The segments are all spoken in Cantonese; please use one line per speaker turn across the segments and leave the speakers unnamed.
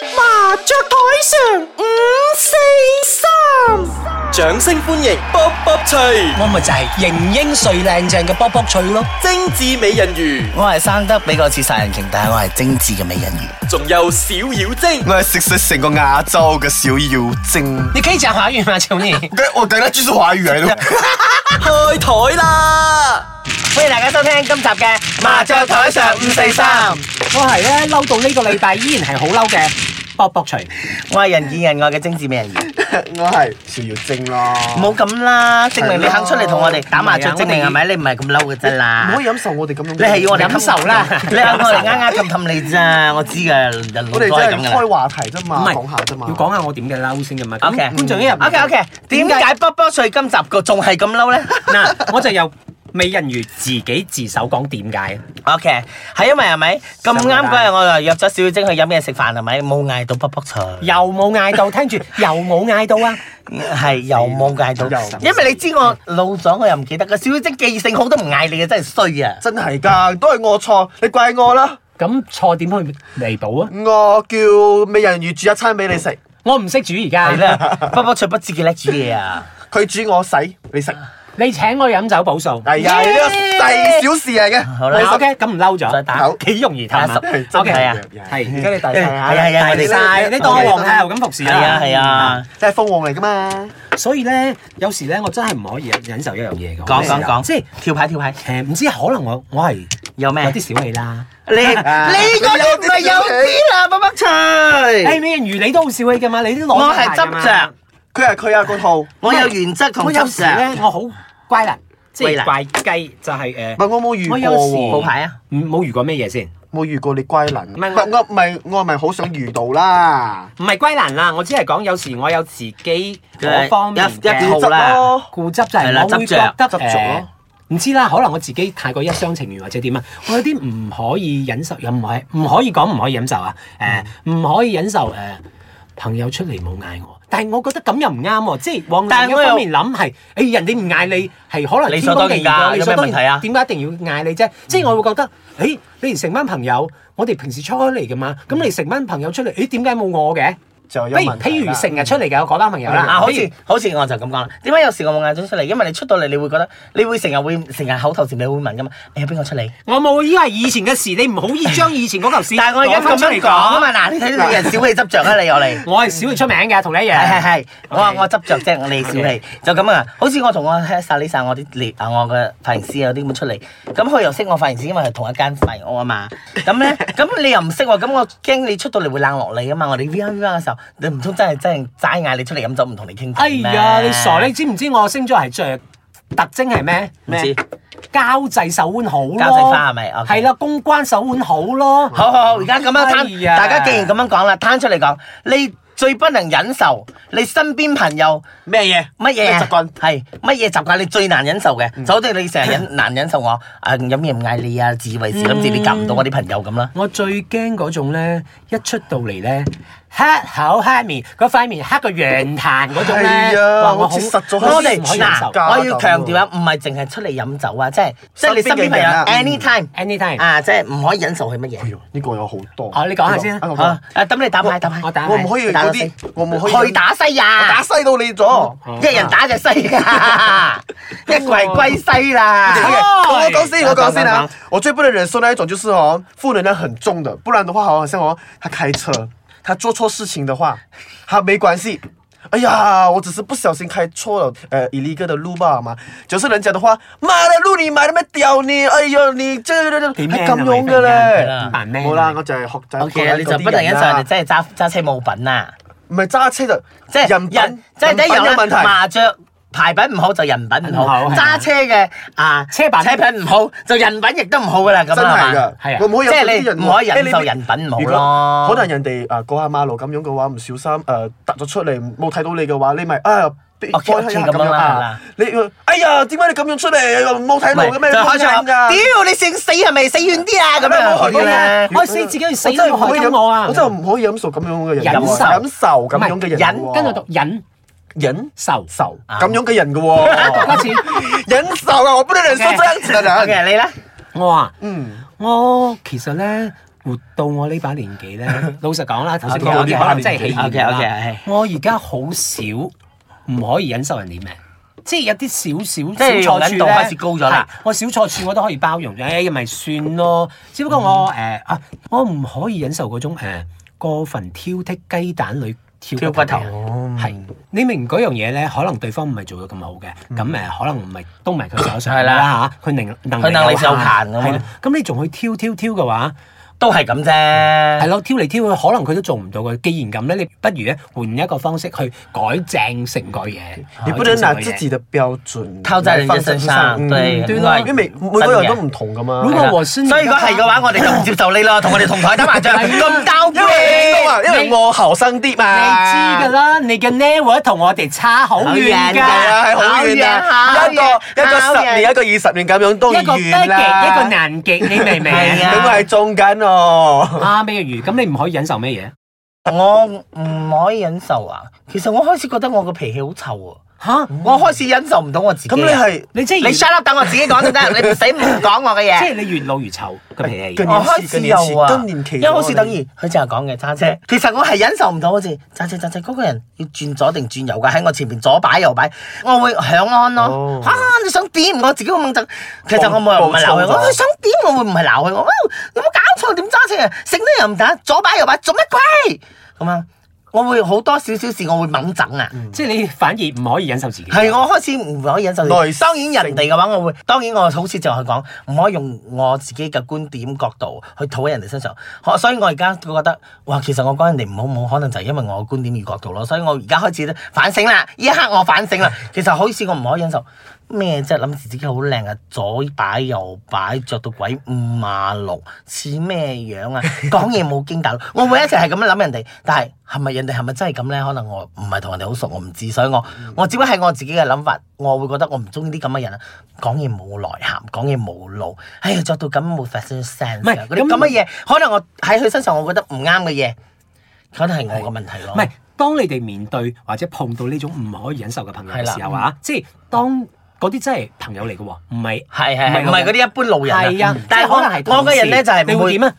雀台上五四三，掌聲歡迎卜卜脆，
我咪就係型英帥靚正嘅卜卜脆咯，
精緻美人魚，
我係生得比較似殺人鯨，但係我係精緻嘅美人魚。
仲有小妖精，
我係食食成個亞洲嘅小妖精。
你可以講華語嗎？ 求你。
我等下繼續華語嚟咯。
開台啦！
歡迎大家收聽今集嘅麻雀台上五四三。我係咧嬲到呢個禮拜依然係好嬲嘅卜卜脆。
我係人見人愛嘅精緻美人魚。
我係小妖精咯。
唔好咁啦，證明你肯出嚟同我哋打麻
係
雀，
啊
證明係咪你唔係咁嬲嘅啫啦
唔。可以忍受我哋咁樣。
你係要我哋
忍受啦
你係我哋啱啱氹氹你咋，我知噶，人老
我
都
哋
係
真
咁
係
噶
開
啦。
話題啫嘛，講下啫嘛。
要講下我點嘅嬲先嘅嘛。咁
OK，
觀眾一入嚟
OK OK，點解卜卜脆今集個仲係咁 嬲咧？
嗱，我就由美人魚自己自首講點解。
OK，係因為係咪咁啱嗰日我就約咗小晶去飲嘢食飯係咪？冇嗌到卜卜脆，
又冇嗌到，聽住又冇嗌到啊！
係又冇嗌到
又，
因為你知我老咗，我又唔記得個小晶記性好都唔嗌你嘅，真係衰 啊！
真係㗎，都係我錯，你怪我啦。
咁錯點去彌補啊？
我叫美人魚煮一餐俾你食，
我唔識煮而
係
家，
啦，卜卜脆不知幾叻煮嘢啊！
佢煮我洗，你食。係
你請我飲酒補數。
啊，呢個細小事嚟嘅。
好啦
你食
OK，咁唔嬲
再
咗，
打
好幾容易氹啊
打十
OK，
係啊
係
而家你大晒下，
係啊係啊
大晒，你當我皇太后咁服侍嗯
係啊係啊，
即係鳳凰嚟㗎嘛。
所以咧，有時咧，我真係唔可以忍受一樣嘢嘅。
講講講，
即係
跳牌跳牌，
誒，唔知可能我我係
有咩
有？啲小氣啦。
你 你嗰啲唔係有啲啦，卜卜
誒，
脆。
美人魚你都好小氣㗎嘛，你都攞
我
真
係
牌㗎嘛
執着，
佢係佢有個套，唔
我有原則同
我有
執
時
着。
咧，我好乖啦，即
乖
係
啦
怪雞就係誒，
係我冇遇過
我有時
冇
喎，
牌啊！
唔冇遇過咩嘢先？
冇遇過你乖能。唔
唔係
係我唔係我咪好想遇到啦。
唔係歸難啦，我只係講有時我有自己嗰方面
一一
嘅
套啦
固執，就
係啦
係我會
執著
覺得
執著
誒
咯
唔知啦，可能我自己太過一廂情願或者點啊，我有啲唔可以忍受，又唔係唔可以講唔可以忍受啊，誒
嗯
唔可以忍受誒朋友出嚟冇嗌我，但係我覺得咁又唔啱喎，即係往
但係
另一
我又
方面諗係，誒人哋唔嗌你係可能
理所當然
天公
㗎
地義㗎
有咩問題啊
點解一定要嗌你啫？即係我會覺得，誒你哋成班朋友，我哋平時初開嚟㗎嘛，咁你成班朋友出嚟，誒點解冇我嘅？
就有
譬如
問題
譬如
啦
成日出嚟嘅嗰班朋友啦，
啊，好
譬
似
如
好似我就咁講啦。點解有時我冇嗌咗出嚟？因為你出到嚟，你會覺得你會成日會成日口頭禪，你會問噶嘛？你有邊個出嚟？
我冇，依個係以前嘅事，你唔好以將以前嗰 嚿事
但係我而家
攞返
咁
出嚟
樣講啊嘛，嗱，你睇到你人小氣執着啊，你又嚟。
我係小氣出名嘅，同你一樣。
係係係，我話
OK
我執着啫，我哋小氣就咁啊！好似我同我 hair 曬呢曬我啲列啊，我嘅髮型師有啲咁出嚟，咁佢又識我髮型師，因為係同一間髮型屋啊嘛。咁咧，咁你又唔識喎，咁我驚你出到嚟會冷落你啊嘛！我哋 V R V R 嘅時候，你唔通真係真係齋嗌你出嚟飲酒唔同你傾偈
哎
咩
呀，你傻！你知唔知我星座係着特徵係咩？
唔知
交際手腕好咯。
交際花係咪？OK
係啦，公關手腕好咯。
好好好，而家咁樣攤，
哎呀
大家既然咁樣講啦，攤出嚟講，你最不能忍受你身邊朋友
咩嘢？
乜嘢
咩習慣
係乜嘢習慣你最難忍受嘅，就好似你成日忍難忍受我啊飲嘢唔嗌你啊，自以為是咁似你夾唔到我啲朋友咁啦。
我最驚嗰種咧，一出到嚟咧，黑口黑面，嗰塊面黑個羊炭嗰種咧，
係啊
哇
我
好
接實咗佢
我
我
哋
哋唔可以忍受
家
嗱，我要
咁
強調啊，唔係淨係出嚟飲酒啊，即係即係你身
身
邊
邊
朋
嘅
友
人啊嗯
Ừ.
anytime À,
anytime
啊，即係唔可以忍受佢乜
哎
嘢。
呦，呢個有好多。
哦你講下先啊
呢個
好
啊
啊，等你打牌打牌，
我打牌
我唔可以
打
嗰
到
啲
西，
我唔可以。
去打西
我
呀
打！西到你咗。
一人打隻西 啊，一跪歸西啦。
哦
OK，我哎講先，
哎
我講先
好好
啊
好！
我最不能忍受那一種就是哦，负能量很重的，不然的话，好像哦，他開車，他做錯事情的话，他沒關係。哎呀，我只是不小心開錯了，呃，illegal 的路吧嘛。就是人家的話，媽的路你買得咩屌你？哎呀，你這這這係
點 man 啊
咁樣嘅
係
咧
啦，扮 man
冇啦，我就係學習
O
過
K
嚟
啊，你就
嗰啲
不能
人
忍受
啦
人哋真係揸揸車冇品啊！
唔係揸車就
即係
人品
即係第一樣
人品有
啦
問題。
麻雀牌品唔好就人品唔
唔好
好，
係
揸車嘅啊
車品
車品唔好就人品亦都唔好噶啦，咁
真
係
係
嘛
噶？，
係啊
我唔可以
即係你
忍受啲人
唔可以
話
忍
誒你
受
你
人品唔好
如
咯
果可能人哋啊過下馬路咁樣嘅話，唔小心誒突咗出嚟，冇睇到你嘅話，你咪啊俾
哦
開一下
咁樣
咁樣
啦係
啊
啦！
你哎呀，點解你咁樣出嚟？冇睇
唔
路
係
嘅咩？
就開
咁
槍
㗎
屌你想死係咪？死遠啲啊！咁樣
係咪冇去
嗰啲
過
咧
咧。
我係死自己去死
我真係唔可
都
以
害
忍
緊我啊
我真係唔可以忍受咁樣嘅人喎，
忍受
忍受咁樣嘅人喎，
唔係忍跟住讀忍
忍
受
受
啊
咁樣嘅人嘅喎，
開始，
忍受啊！我不能忍受這樣子嘅
O
人。
K，你咧？
我啊，
嗯，
我其實咧活到我呢把年紀咧， 老實講啦，頭先
OK，OK，
講嗰啲可能真係起義
OK，OK，
啦
係。
我而家好少唔可以忍受人哋咩，即係有啲少
即係
少小錯處
忍
咧
度開始高咗啦
係我小錯處我都可以包容，誒咪算咯。只不過
嗯
我誒啊，我唔可以忍受嗰種誒過分挑剔雞蛋裏挑
挑骨頭
係你明嗰樣嘢咧，可能對方唔係做到咁好嘅，咁誒可能唔係都唔係佢所想
係啦
啦嚇，佢能能
佢能力有限咁啊
係啦咁你仲去挑挑挑嘅話，
都係咁啫。
係咯，挑嚟挑去，可能佢都做唔到嘅。既然咁咧，你不如咧換一個方式去改正成個嘢。
你不
改正
能
成
拿
個嘢
自己。的標準
套在人家
放
身
上
上，，對，
對
嗯
啦
因為每每個人都唔同噶嘛。
如
因
果我是你
所以如果
的話
係嘅話，我哋就唔接受你啦，同我哋同台打麻
啊
將，咁兜
為你
嘅
懂。嘛，因為我後生啲
你
嘛。
知㗎啦，你嘅 level 同我哋差好遠
好遠
㗎，
㗎
係啊，係好遠
好遠
㗎，一個一
好
個十
遠
年，一個二十年咁樣都
一個
遠
北極，
啦。
一個南極，你明唔明？
係啊
咁我係中間喎。
啊，咩魚？咁你唔可以忍受咩嘢？
我唔可以忍受啊！其實我開始覺得我個脾氣好臭啊！
嚇！
我開始忍受唔到我自己啊。
嗯咁你係
你即係
你 shut up，等我自己講就得，你唔使唔講我嘅
即係
嘢。
你越老越臭個脾氣
更。
我哦開始有啊，
更年期
因
嗯
為好似等於佢淨係講嘅揸車，其實我係忍受唔到，好似揸車揸車嗰個人要轉左定轉右㗎，喺我前面左擺右擺，我會響安咯
哦。
啊，你想點？我自己會掹震。其實我冇人唔係鬧佢，
暴躁咗
我想點我會唔係鬧佢，我有冇搞錯點揸車啊？成都又唔打，左擺右擺做乜鬼？咁啊，我會好多少少事，我會掹整啊。
即係你反而唔可以忍受自己。
係，我開始唔可以忍受你。
耐性
當然人哋嘅話，我會當然我好似就係講，唔可以用我自己嘅觀點角度去套喺人哋身上。我所以我而家都覺得，哇，其實我講人哋唔好唔好，可能就係因為我嘅觀點與角度咯。所以我而家開始咧反省啦，呢一刻我反省啦。其實好似我唔可以忍受咩啫，諗住自己好靚啊，左擺右擺，着到鬼五馬六，似咩樣啊？ 講嘢冇經大腦，我會一直係咁樣諗人哋，但係係咪人哋係咪真係咁咧？可能我唔係同人哋好熟，我唔知，所以我
嗯
我只不過係我自己嘅諗法，我會覺得我唔中意啲咁嘅人啊，講嘢冇內涵，講嘢冇腦，哎呀，着到咁冇 fashion sense，啊
唔
嗰
係
啲
咁
咁嘅嘢，可能我喺佢身上我覺得唔啱嘅嘢，可能係我嘅問題咯。
唔係，當你哋面對或者碰到呢種唔可以忍受嘅朋友
係啦嗯
嘅時候啊，即係當嗰啲真係朋友嚟嘅喎，唔係
係係係，唔係嗰啲一般路人啊。
係啊，
但係
即係
可
可能係
能係我嘅人咧就係
你
唔
會
會
點啊？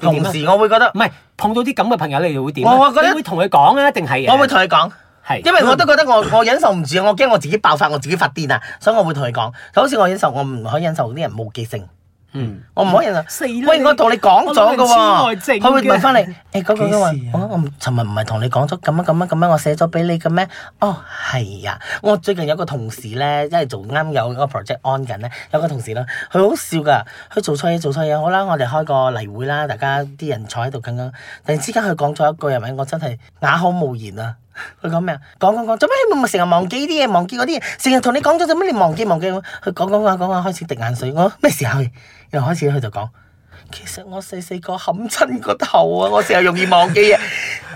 你會
同
點啊
時我會覺得
唔，係碰到啲咁嘅朋友，你哋會點啊？
我我覺得
你會同佢講啊，定係
我會同佢講。
係嗯
因為我都覺得我我忍受唔住，啊我驚我自己爆發，我自己發癲啊，所以我會同佢講，就好似我忍受，我唔可以忍受啲人冇記性，
嗯
我唔可以忍受。
死啦
喂，
你
我同你講咗噶
我老人痴呆症
喎，佢會問翻你，誒嗰個
幾時
嘅話，
啊
我我尋日唔係同你講咗咁樣咁樣咁樣，我寫咗俾你嘅咩？哦，係啊，我最近有個同事咧，因為做啱有個 project on 緊咧，有個同事啦，佢好笑噶，佢做錯嘢做錯嘢，好啦，我哋開個例會啦，大家啲人坐喺度緊緊，突然之間佢講咗一句係咪？我真係啞口無言啊！佢講咩啊？講講講，做咩你咪成日忘記啲嘢，忘記嗰啲嘢，成日同你講咗，做咩你忘記忘記？佢講講下講下開始滴眼水，我咩時候？然後開始佢就講。其實我細細個冚親個頭啊，我成日容易忘 記嘢。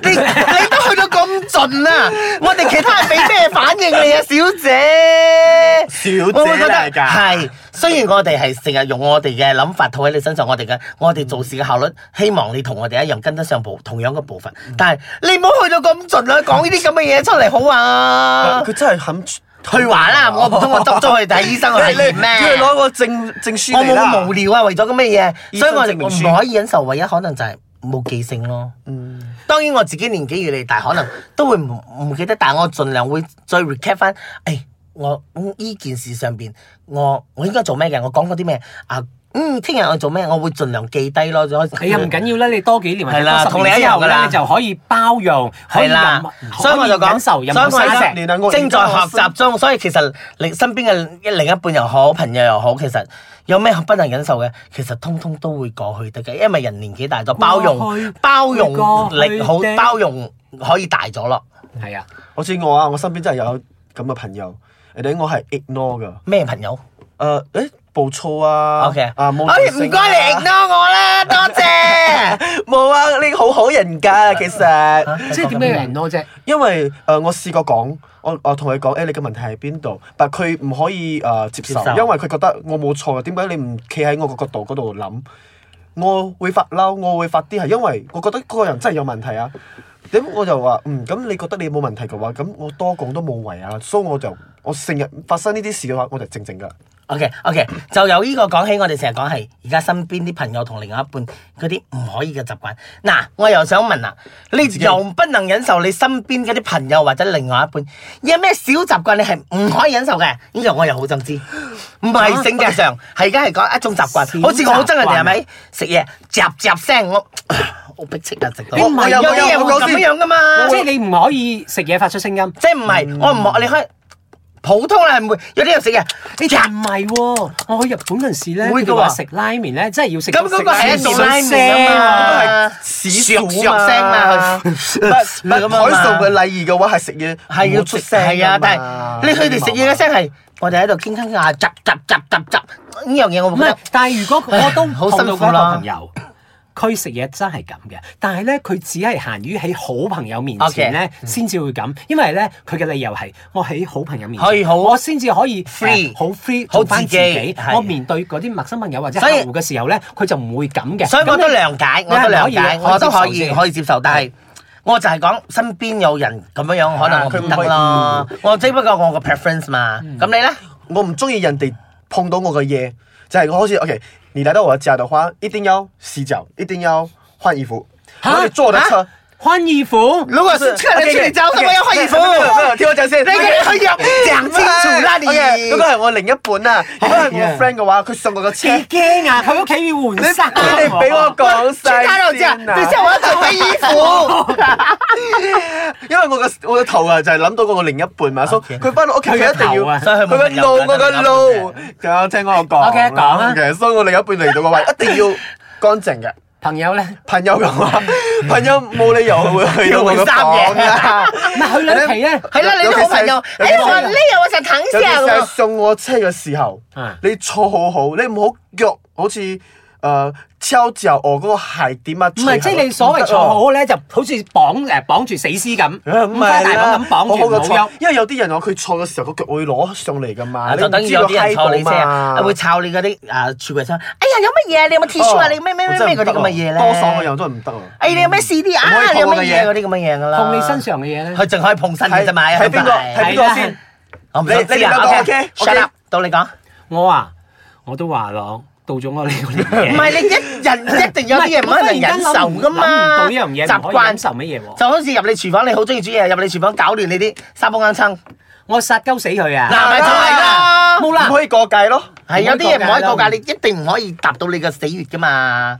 你你都去到咁盡啦，我哋其他人俾咩反應你啊，小姐？
小
我會覺
姐
得
嚟㗎，
係，雖然我哋係成日用我哋嘅諗法套喺你身上，我哋嘅我哋做事嘅效率，希望你同我哋一樣跟得上步同樣嘅步伐，但係你唔好去到咁盡啦，講呢啲咁嘅嘢出嚟好啊！
佢真係肯
去話啦，我唔通我執咗去睇醫生我係
你你
咩
你？攞個證證書
我
嚟
冇
啦
咁無聊啊，為咗咁嘅嘢，
醫
所以
生
我
證明
哋
書
唔可以忍受，唯一可能就係冇記性咯。
嗯，
當然我自己年紀越嚟越大，可能都會唔唔記得，但係我盡量會再 recap 翻，誒、我嗯呢件事上邊，我我應該做咩嘅，我講過啲咩啊？嗯，聽日我做咩，我會盡量記低咯。
你哎啊又唔緊要啦，你多幾年或
係
者多
啦
十
同你
年
一
之
樣
後
㗎
咧，
啦
你就可以包容，可以
係啦
任，
所以我就
可以忍受，
講，所以
任
我
何沙石
你能夠
正在
而家
學
我
習中，所以其實你身邊嘅另一半又好，朋友又好，其實有咩不能忍受嘅，其實通通都會過去得嘅，因為人年紀大咗，包
過
容
去
包容
會過去
力好，
的
包容可以大咗咯。
係啊，
好似我啊，我身邊真係有咁嘅朋友，誒，等我係 ignore 㗎。
咩朋友？
誒，呃誒，暴躁啊
OK，
啊冇
哎
耐
唔
性啊。
該你 ignore 我啦，多謝。
冇啊，你好好人㗎，其實。
即係點解有
啊
人咯啫？
啊因為誒、呃我試過講，我我同佢講，誒、你嘅問題喺邊度？但佢唔可以誒、呃接受，
接受
因為佢覺得我冇錯嘅，啊點解你唔企喺我個角度嗰度諗？我會發嬲，我會發啲係因為我覺得嗰個人真係有問題啊！咁我就話嗯，咁你覺得你冇問題嘅話，咁我多講都冇謂啊！所以我就我成日發生呢啲事嘅話，我就靜靜㗎。
OK OK，就由呢個講起，我哋成日講係而家身邊啲朋友同另外一半嗰啲唔可以嘅習慣。嗱，我又想問啦，你又不能忍受你身邊嗰啲朋友或者另外一半有咩小習慣你係唔可以忍受嘅？呢樣我又好想知，唔
啊
係性格上，係而家係講一種習慣，好似我好憎人哋係咪食嘢嚼嚼聲，我 好逼切啊食到，
你唔係
我有
有
啲嘢會
有
咁
先
樣噶嘛，
即係你唔可以食嘢發出聲音。
即係唔係我唔學你開普通啦，唔會有啲人食嘢
你就唔係喎，我去日本嗰陣時咧，
會
佢
㗎
哋話
喎
食拉麵咧，真係要食
咁嗰個係一種拉麵啊
聲
嘛，
屎
嚼
鼠
嚼聲嘛，
唔
唔
係
係
海
咁啊嘛
獸嘅禮儀嘅話係食嘢
係要
冇出聲㗎嘛
係啊，但係你佢哋食嘢嘅聲係，我哋喺度傾傾下，雜雜雜雜雜呢樣嘢我
唔
會覺
係
得，
但係如果我都
好
碰到
辛苦
嗰個
啦
朋友。佢食嘢真係咁嘅，但係咧佢只係限於喺好朋友面前咧，
嗯
先至會咁。因為咧佢嘅理由係我喺好朋友面前，
可以好
我先至可以
free
呃好 free
好
做翻
自
自
己
己。
係
我面對嗰啲陌生朋友或者客
所以
戶嘅時候咧，佢就唔會咁嘅。
所以我
咁
都
你
諒解，
你
我
係
都
咪可
諒
以
解，
可以
我都
接受
可以
先
可以接受，但係。我就係講身邊有人咁樣樣，可能我
佢
唔
唔
得
可以
咯。我只不過我個 preference 嘛。咁你咧？
我唔中意人哋碰到我嘅嘢，就係、我好似 OK，你來到我的家的話，一定要洗腳，一定要換衣服，然後你坐我的車。
換衣服，
如果是客人去你家，怎麼要換衣服？
没有沒有，聽我講先。
你嘅佢又講清楚啦，你。哎
OK，嗰個係我另一半啊，如果係我 friend 嘅話，佢上我嘅車，
幾
你
驚啊！佢屋企要換衫喎。
哋俾我講
到
晒
這樣，
先
等一下
啊！
我要準備衣 服。
因為我嘅我嘅頭啊，就係諗到我另一半嘛，所以佢翻到屋企佢一定
佢嘅頭啊
要，
所以佢
佢
冇朋
個
友
路
㗎
我個
另一
路
半，
就有聽我講。
OK，講啊
嘅，所以我另一半嚟到嘅話，一定要乾淨嘅。
朋友咧。
朋友嘅話，朋友冇理由會去到我 嘅房噶。
唔係佢兩期咧，
係啦，你啲好朋友，哎呀，我呢日我就啊躺
尤其
下
是係
喎。
送我車嘅時候
啊，
你坐好好，你唔好腳好似誒敲嚼我嗰個鞋點啊。
唔係即係你所謂坐好咧，就好似綁誒綁住死屍咁，
唔
五花大
係
綁
啦
咁，綁
我
住
好過
冇
坐
休。，
因為有啲人我佢坐嘅時候個腳會攞上嚟噶嘛，
就等於有啲人
坐
抄你車，啊會抄你嗰啲啊儲櫃箱。哎呀，有乜嘢？你有冇
哦
T 恤啊？你咩咩咩咩嗰啲咁嘅嘢咧？
多數我又都唔得啊。
哎，你有咩 CD
唔可以
啊？
碰
你有乜
我嘅
嘢
嘢
嗰啲咁嘅嘢噶啦？
碰你身，上嘅嘢咧，
佢淨可以碰身嘅啫嘛。
睇邊個？
係
睇邊個
係啦
先？
我唔想
你
知
你
啊。
兩個
OK，shut
OK，OK
up，到你講。
我啊，我都話咯，到咗我呢個年
唔
紀，
係你一 人一定有啲嘢唔可能忍受噶嘛。
諗唔到呢樣嘢，唔可以忍受乜嘢喎？
就好似入你廚房，你好中意煮嘢，入你廚房搞亂你啲沙煲罌罉，
我殺鳩死佢啊！
嗱咪就係啦。
冇
唔
啦，
可以過界咯。
係有啲嘢唔可
唔可
以告
以告
㗎，
㗎
你一定唔可以達到你嘅死穴噶嘛。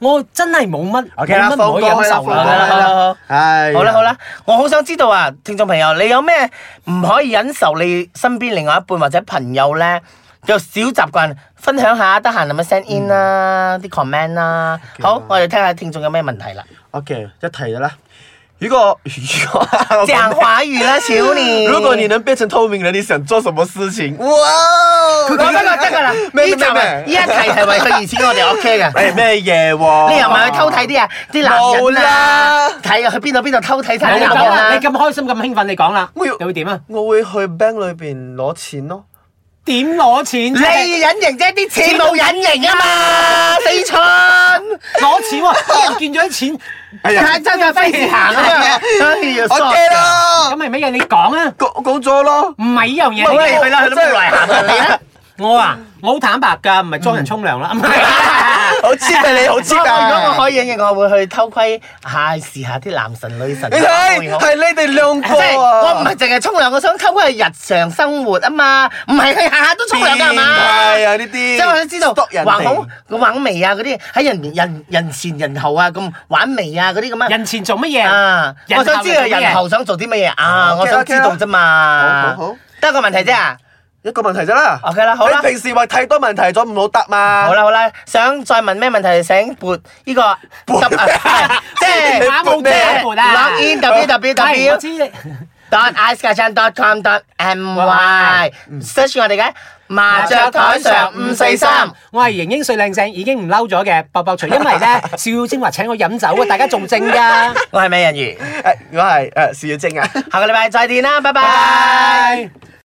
我真係冇乜
OK 啦
冇乜唔可以忍受
放過
好啦好
啦放過
啦
啦。
啦
唉
好啦好啦，我好想知道啊，聽眾朋友，你有咩唔可以忍受你身邊另外一半或者朋友咧嘅小習慣，分享下，得閒咁咪 send in 啦，啲 comment à. 啦。好，我哋聽下聽眾有咩問題啦。
OK，一題的啦。如果如果我
講華語啦，小你。
如果你能变成透明人，你想做什么事情？哇！
我不過得㗎啦，呢
咩
集啊
咩
呢一題係為佢而設，我哋 OK à, 嘅。
诶哎咩嘢喎？
你又咪去偷睇啲啊？啲男
冇
人啊
啦，
睇啊，去邊度邊度偷睇晒
你
啲男
咁
人
啦
啊
你？咁開心咁興奮，你講啦，
我要
你會點啊？
我會去 bank 裏边攞錢咯。
點攞錢啫？
你隱形啫，啲錢冇隱形啊嘛，死蠢！
攞錢喎，啲人見咗啲錢，
哎
太真係費事行啊！哎呀
，OK，啦
咁，係乜嘢？你講啊！
講講咗咯。
唔係呢樣嘢
傻
嚟
喂
嘅。
係啦，佢都冇來行啊！你咧？
我啊，我好坦白㗎，唔係裝人沖涼啦，唔係。
嗯
好 cheap 啊你，好
我
cheap 啊！
如果我可以隱形，我會去偷窺下試下啲男神女神。
你睇係你哋兩
即係
個啊！
我唔係淨係沖涼，我想偷窺佢日常生活啊嘛，唔係佢下下都沖涼㗎係嘛？
係啊呢啲，
即係我想知道
stalk 人
玩好
哋。
玩眉啊嗰啲喺人人人前人後啊咁玩眉啊嗰啲咁 啊。
人前做乜嘢？
啊！
人
我
後
想知道
又做乜嘢
人後想做啲乜嘢啊！
哦
我想知
OK 啦
道啫嘛。
好好好
得一個問題啫啊。
一個問題啫啦。
OK 啦好啦
你平時話太多問題咗，唔好答嘛。
好啦好啦，想再問咩問題？請撥呢個十啊，即係
打冇
咩
打撥啊！
log in
係我
www
知你
dot i c e c a n dot com dot my
嗯
search 我哋嘅麻雀台上五四三。，
我係型英帥靚正，已經唔嬲咗嘅，博博除，因為 咧邵耀晶話請我飲酒啊，大家仲正㗎。
我係美人魚，
誒，我係誒事業精啊。
下個禮拜再見啦，拜拜
拜。